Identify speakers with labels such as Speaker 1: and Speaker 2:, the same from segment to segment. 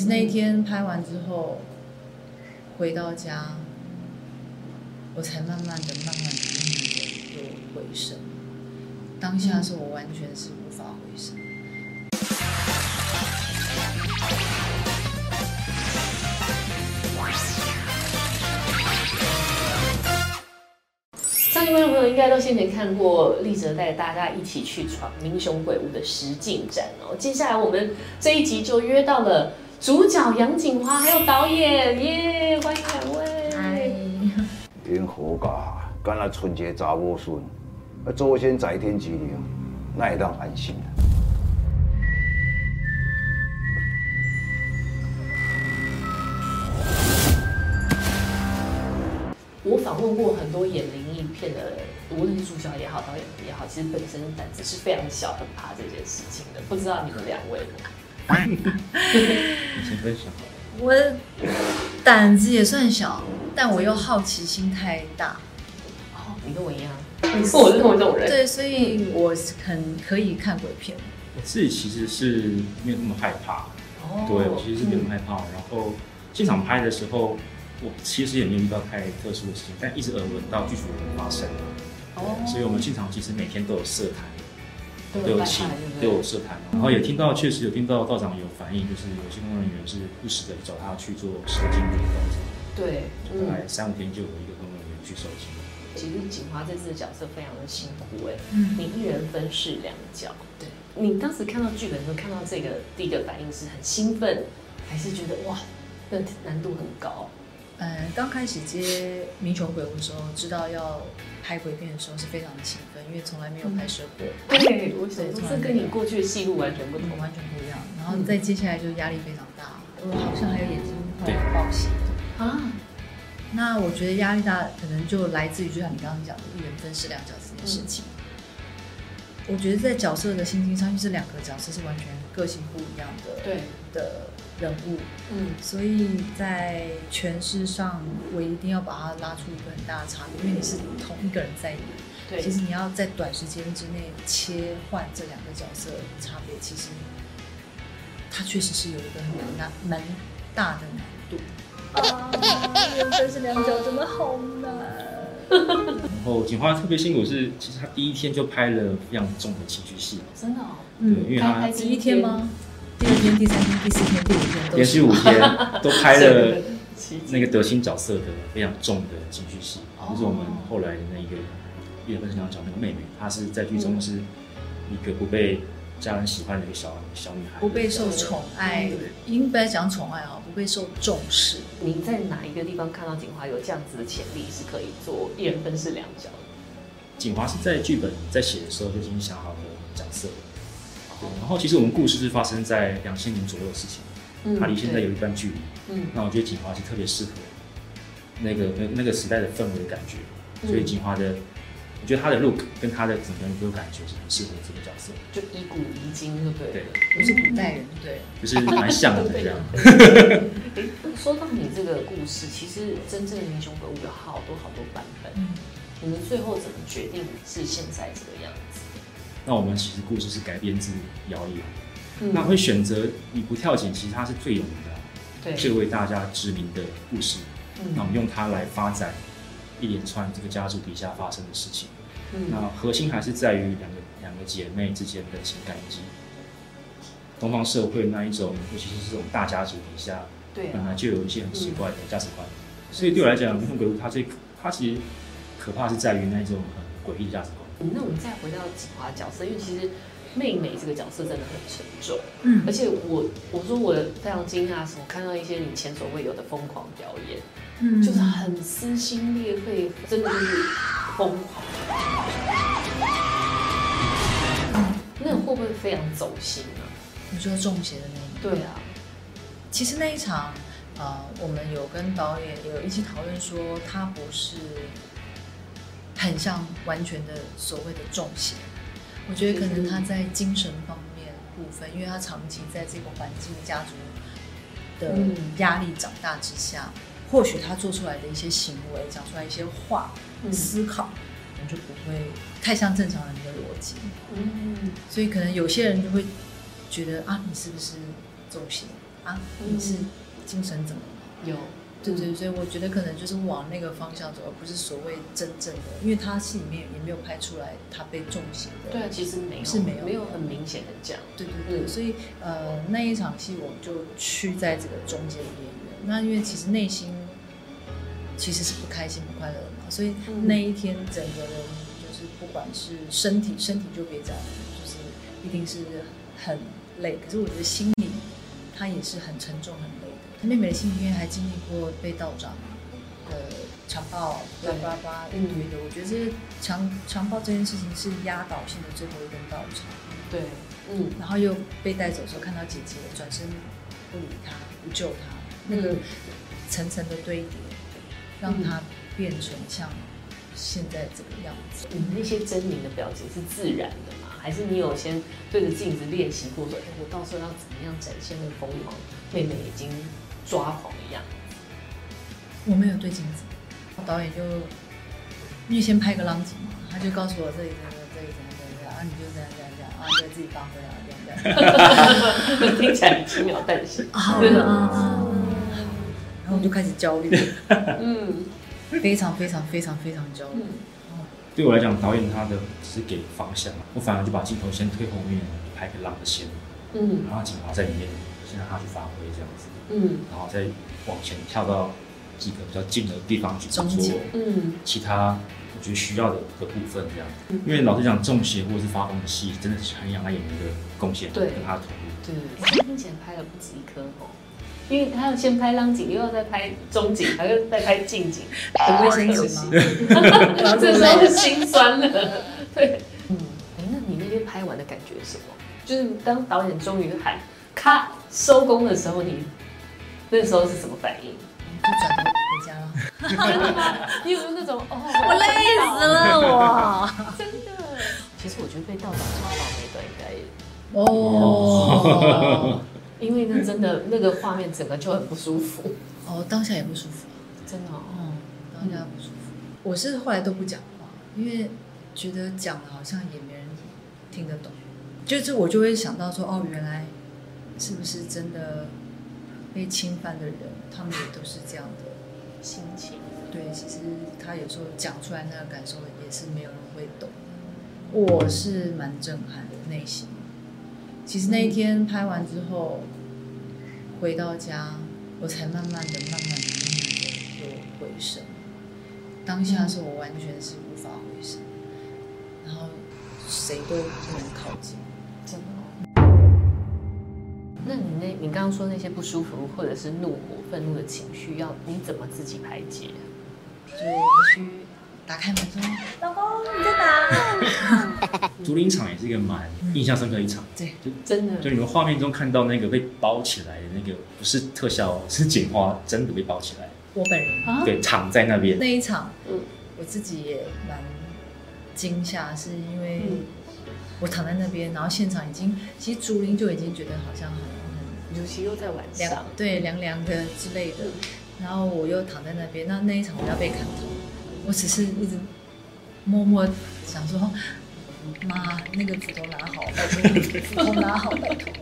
Speaker 1: 实那一天拍完之后，回到家，我才慢慢的、慢慢的、慢慢的又回神。当下是我完全是无法回神。
Speaker 2: 上一位的朋友应该都先前看过丽哲带大家一起去闯民雄鬼屋的实景展哦。接下来我们这一集就约到了主角杨景华，还有导演耶欢迎两
Speaker 3: 嗨
Speaker 2: 位。，
Speaker 4: 因好噶，敢若春节查某孙，啊，祖先在天之灵，那会当安心啊。
Speaker 2: 我访问过很多演灵异片的人，无论是主角也好，导演也好，其实本身胆子是非常小，很怕这件事情的。不知道你们两位呢？
Speaker 5: 请分享。
Speaker 1: 我胆子也算小，但我又好奇心太大，
Speaker 2: 哦，你跟我一样，我是同一种人。
Speaker 1: 对，所以我很可以看鬼片。
Speaker 5: 我自己其实是没有那么害怕，
Speaker 2: 哦
Speaker 5: 对我其实是没有那么害怕。然后现场拍的时候，我其实也没有遇到太特殊的事情，但一直耳闻到剧组有发生。
Speaker 2: 哦
Speaker 5: 所以我们现场其实每天都有设台，
Speaker 2: 都
Speaker 5: 都
Speaker 2: 有
Speaker 5: 有
Speaker 2: 拜
Speaker 5: 请
Speaker 2: 拜，
Speaker 5: 都
Speaker 2: 对嗯不
Speaker 5: 有设台，然后也听到确实有听到道长有反映，就是有些工作人员是不时的找他去做收金的动作，
Speaker 2: 对？对，
Speaker 5: 就大
Speaker 2: 嗯，
Speaker 5: 概三五天就有一个工作人员去收金。
Speaker 2: 其实锦华这次的角色非常的辛苦哎、
Speaker 1: 嗯，
Speaker 2: 你一人分饰两角。
Speaker 1: 对，
Speaker 2: 你当时看到剧本的时候，看到这个第一个反应是很兴奋，还是觉得哇，那难度很高？
Speaker 1: 呃，刚开始接《民雄鬼屋》的时候，知道要拍鬼片的时候是非常的兴奋，因为从来没有拍摄过，
Speaker 2: 对，我
Speaker 1: 想
Speaker 2: 想
Speaker 1: 说
Speaker 2: 说
Speaker 1: 这
Speaker 2: 这
Speaker 1: 跟
Speaker 2: 跟
Speaker 1: 你
Speaker 2: 你过去的戏路完全不
Speaker 1: 嗯
Speaker 2: 同。啊
Speaker 1: 完全不一样。然后再接下来就是压力非常大，我好像还有眼睛后
Speaker 5: 对
Speaker 1: 来爆血。
Speaker 2: 啊，
Speaker 1: 那我觉得压力大，可能就来自于就像你刚刚讲的一人分饰两角这件事情。我觉得在角色的心境上，因为这两个角色是完全个性不一样的
Speaker 2: 对，
Speaker 1: 的人物，
Speaker 2: 嗯，
Speaker 1: 所以在诠释上，我一定要把它拉出一个很大的差别，因为你是同一个人在演，
Speaker 2: 对，
Speaker 1: 其实你要在短时间之内切换这两个角色差别，其实它确实是有一个很难蛮大的难度。
Speaker 3: 啊，人分是两角，真的好难。
Speaker 5: 然后警花特别辛苦是，其实他第一天就拍了非常重的情绪戏，
Speaker 2: 真的哦，
Speaker 5: 对，因为
Speaker 2: 刚开
Speaker 5: 他
Speaker 2: 始
Speaker 1: 第一天吗？第二天、第三天、第四天、第五天都
Speaker 5: 连续
Speaker 1: 是。
Speaker 5: 五天都拍了
Speaker 2: 奇迹
Speaker 5: 那个德心角色的非常重的情绪戏，
Speaker 2: 哦
Speaker 5: 就是我们后来的那个叶分享角那个妹妹，她是在剧中是一个不被家人喜欢的一个小小女孩，
Speaker 1: 不被受宠爱，应该讲宠爱啊，不被受重视。
Speaker 2: 你在哪一个地方看到锦华有这样子的潜力，是可以做一人分饰两角的？
Speaker 5: 景华是在剧本在写的时候就已经想好了角色，对。然后其实我们故事是发生在两千年左右的事情，
Speaker 2: 嗯
Speaker 5: 它离现在
Speaker 2: 对
Speaker 5: 有一段距离。
Speaker 2: 嗯
Speaker 5: 那我觉得锦华是特别适合那个那那个时代的氛围感觉，
Speaker 2: 嗯
Speaker 5: 所以锦华的，我觉得他的 look 跟他的整个人给我感觉是很适合这个角色，
Speaker 2: 就以古遗今，对不对？
Speaker 5: 对
Speaker 1: 不是古代人，对，
Speaker 5: 就是蛮像的这样。
Speaker 2: 诶说到你这个故事，其实真正的民雄鬼屋有好多好多版本，
Speaker 1: 嗯，
Speaker 2: 你们最后怎么决定是现在这个样子？
Speaker 5: 那我们其实故事是改编自谣言，
Speaker 2: 嗯
Speaker 5: 那会选择你不跳井，其实它是最有名的啊、
Speaker 2: 对，嗯
Speaker 5: 最为大家知名的故事。那我们用它来发展一连串这个家族底下发生的事情。
Speaker 2: 嗯
Speaker 5: 那核心还是在于两个两个姐妹之间的情感以及东方社会那一种，尤其是这种大家族底下，
Speaker 2: 对
Speaker 5: 本
Speaker 2: 啊，
Speaker 5: 来就有一些很奇怪的价值观。所以对我来讲，《风鬼屋》它最它其实可怕是在于那一种很诡异的价值观。
Speaker 2: 那我们再回到锦华角色，因为其实妹妹这个角色真的很沉重，
Speaker 1: 嗯
Speaker 2: 而，且我我说我非常惊讶，是我啊看到一些你前所未有的疯狂表演，
Speaker 1: 嗯
Speaker 2: 就是很撕心裂肺，真的就是疯狂。那会不会非常走心啊？
Speaker 1: 你说中邪的那一
Speaker 2: 对啊，
Speaker 1: 其实那一场，呃，我们有跟导演有一起讨论说，它不是很像完全的所谓的中邪。我觉得可能他在精神方面部分，因为他长期在这个环境、家族的
Speaker 2: 嗯
Speaker 1: 压力长大之下，或许他做出来的一些行为、讲出来一些话、
Speaker 2: 嗯
Speaker 1: 思考，可能就不会太像正常人的逻辑。
Speaker 2: 嗯，
Speaker 1: 所以可能有些人就会觉得啊，你是不是中邪？啊，你是精神怎么了？
Speaker 2: 有，
Speaker 1: 对对，所以我觉得可能就是往那个方向走，而不是所谓真正的，因为他戏里面也没有拍出来他被重刑的。
Speaker 2: 对啊，其实没有，
Speaker 1: 是没有
Speaker 2: 没有很明显的讲，
Speaker 1: 对对对，
Speaker 2: 嗯
Speaker 1: 所以呃那一场戏我们就去在这个中间的边缘。那因为其实内心其实是不开心、不快乐的嘛，所以
Speaker 2: 嗯
Speaker 1: 那一天整个人就是不管是身体，身体就别讲了，就是一定是很累。可是我觉得心里他也是很沉重、很累的。他妹妹的心里面还经历过被盗账。呃，强暴，
Speaker 2: 对嗯
Speaker 1: 叭叭叭一堆的，我觉得这些强强暴这件事情是压倒性的最后一根稻草。
Speaker 2: 对，嗯，
Speaker 1: 然后又被带走的时候，看到姐姐转身不理他，不救他，那个
Speaker 2: 嗯
Speaker 1: 层层的堆叠，让他变成像现在这个样子。
Speaker 2: 你
Speaker 3: 嗯
Speaker 2: 那些狰狞的表情是自然的吗？还是你有先对着镜子练习过说，哎，我到时候要怎么样展现那个锋芒？妹妹已经抓狂一样，
Speaker 1: 我没有对镜子，导演就因为先拍个浪景嘛，他就告诉我这里这里这里这里这里这里，啊你就这样这样这样，啊你就自己发挥啊这样这样。
Speaker 2: 听起来很轻描淡写。
Speaker 1: 啊
Speaker 2: 对
Speaker 1: 啊
Speaker 3: 嗯
Speaker 1: 啊！然后我就开始焦虑，
Speaker 2: 嗯
Speaker 1: 非常非常非常非常焦虑。
Speaker 2: 嗯
Speaker 5: 对我来讲，导演他的只是给方向，我反而就把镜头先推后面，拍个浪的线，
Speaker 2: 嗯
Speaker 5: 然后警察在里面，先让他去发挥这样子，
Speaker 2: 嗯
Speaker 5: 然后再往前跳到几个比较近的地方去做
Speaker 1: 中间
Speaker 2: 嗯，
Speaker 5: 其他我觉得需要的的部分这样。因为老实讲，中邪或者是发疯的戏，真的是很仰赖演员的贡献
Speaker 2: 对
Speaker 5: 跟他的投入。
Speaker 2: 对，目前拍了不止一颗哦。因为他要先拍浪景，又要再拍中景，还要再拍近景，
Speaker 1: 有卫生纸吗？
Speaker 2: 这时候是心酸了。对，嗯，哎，那你那边拍完的感觉是什么？就是当导演终于喊咔收工的时候，你那时候是什么反应？
Speaker 3: 嗯
Speaker 1: 就转头回家了。
Speaker 2: 你有没有那种哦，
Speaker 3: 我累死了我。
Speaker 2: 真的？其实我觉得被盗版抓到那段应该，
Speaker 1: 哦，
Speaker 2: 因为那真的那个画面整个就很不舒服，
Speaker 1: 哦，当下也不舒服，
Speaker 2: 真的、哦。
Speaker 1: 嗯，当下不舒服。我是后来都不讲话，因为觉得讲了好像也没人听得懂，就是我就会想到说，哦，原来是不是真的被侵犯的人，他们也都是这样的。
Speaker 2: 心情，
Speaker 1: 对，其实他有时候讲出来那个感受也是没有人会懂的。我是蛮震撼的内心。其实那一天拍完之后，回到家，我才慢慢的、慢慢的、慢慢的有回神。当下是我完全是无法回神，然后谁都不能靠近。
Speaker 2: 真的、哦。那你那，你刚刚说那些不舒服或者是怒火、愤怒的情绪，要你怎么自己排解？
Speaker 1: 就必须打开门说：“
Speaker 3: 老公，你在哪？
Speaker 5: 竹林场也是一个蛮
Speaker 2: 嗯
Speaker 5: 印象深刻的一场，
Speaker 1: 对，
Speaker 2: 真的，
Speaker 5: 就你们画面中看到那个被包起来的那个，不是特效哦，是简化，真的被包起来，
Speaker 1: 我本人
Speaker 2: 啊，
Speaker 5: 对，躺在那边。
Speaker 1: 那一场，
Speaker 2: 嗯
Speaker 1: 我自己也蛮惊吓，是因为
Speaker 2: 嗯
Speaker 1: 我躺在那边，然后现场已经，其实竹林就已经觉得好像很很
Speaker 2: 尤其又在晚上
Speaker 1: 凉，，对，凉凉的之类的
Speaker 2: 嗯。
Speaker 1: 然后我又躺在那边，那那一场我要被砍头，我只是一直默默想说， 妈，那个斧头拿好，拜托，斧头拿好，拜 托。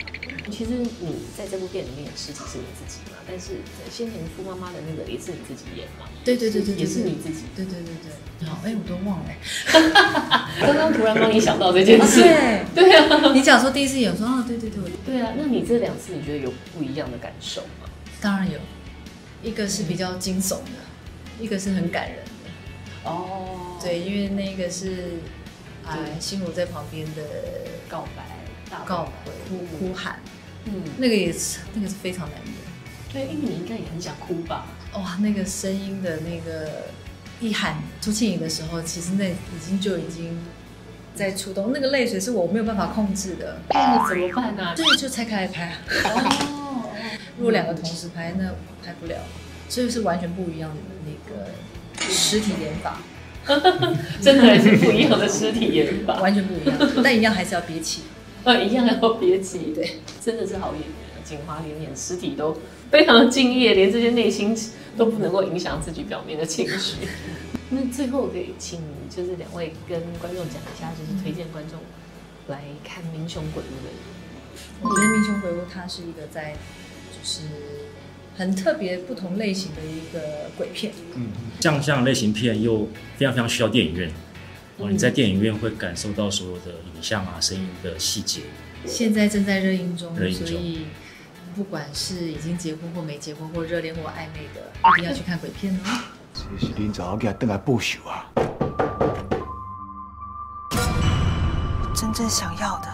Speaker 2: 其实你在这部电影里面的尸体是你自己嘛，但是先前傅妈妈的那个也是你自己演嘛，
Speaker 1: 对对对对对，
Speaker 2: 也是你自己。嗯
Speaker 1: 对。对对对对，好，哎，我都忘了。
Speaker 2: 刚刚突然帮你想到这件
Speaker 1: 啊
Speaker 2: 事，
Speaker 1: 对，
Speaker 2: 对啊，
Speaker 1: 你讲说第一次演，我说啊，对对对，我
Speaker 2: 对啊。那你这两次你觉得有不一样的感受吗？
Speaker 1: 当然有，一个是比较惊悚的，一个是很感人的。
Speaker 2: 哦，
Speaker 1: 对，，因为那个是啊
Speaker 2: 对，
Speaker 1: 心如在旁边的
Speaker 2: 告白，大
Speaker 1: 告白
Speaker 2: 哭
Speaker 1: 哭
Speaker 2: 哭
Speaker 1: 哭，喊，
Speaker 2: 嗯，
Speaker 1: 那个也是那个是非常难演。
Speaker 2: 对，因为你应该也很想哭吧？
Speaker 1: 哇，那个声音的那个一喊出庆颖的时候，其实那已经就已经在触动，那个泪水是我没有办法控制的。
Speaker 2: 那你怎么办呢、啊？
Speaker 1: 对，就拆开来拍啊。
Speaker 2: 哦，
Speaker 1: 如果两个同时拍，那拍不了，所以是完全不一样的那个实体演法。
Speaker 2: 真的还是不一样的尸体演法，
Speaker 1: 完全不一样，但一样还是要憋气。
Speaker 2: 呃，一样要憋气，
Speaker 1: 对，
Speaker 2: 真的是好演员啊。锦华连演尸体都非常敬业，连这些内心都不能够影响自己表面的情绪。 那最后可以请就是两位跟观众讲一下，就是推荐观众来看《民雄鬼
Speaker 1: 我
Speaker 2: 屋》的
Speaker 1: 觉得《民雄鬼屋》它是一个在就就是很特别不同类型的一个鬼片。
Speaker 5: 嗯，像这样类型片又非常非常需要电影院。哦，你在
Speaker 2: 嗯
Speaker 5: 电影院会感受到所有的影像啊、声音的细节。
Speaker 1: 现在正在热映中，
Speaker 5: 热映中
Speaker 1: 所以不管是已经结婚或没结婚，或热恋或暧昧的，一定要去看鬼片哦。
Speaker 6: 这是恁查某囝倒来报仇啊！
Speaker 7: 真正想要的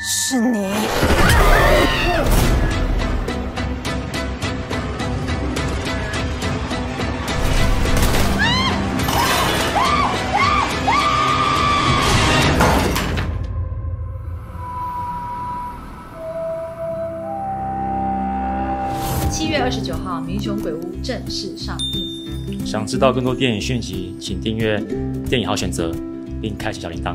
Speaker 7: 是你。
Speaker 1: 七月二十九号，《民雄鬼屋》正式上映。
Speaker 5: 想知道更多电影讯息，请订阅《电影好选择》，并开启小铃铛。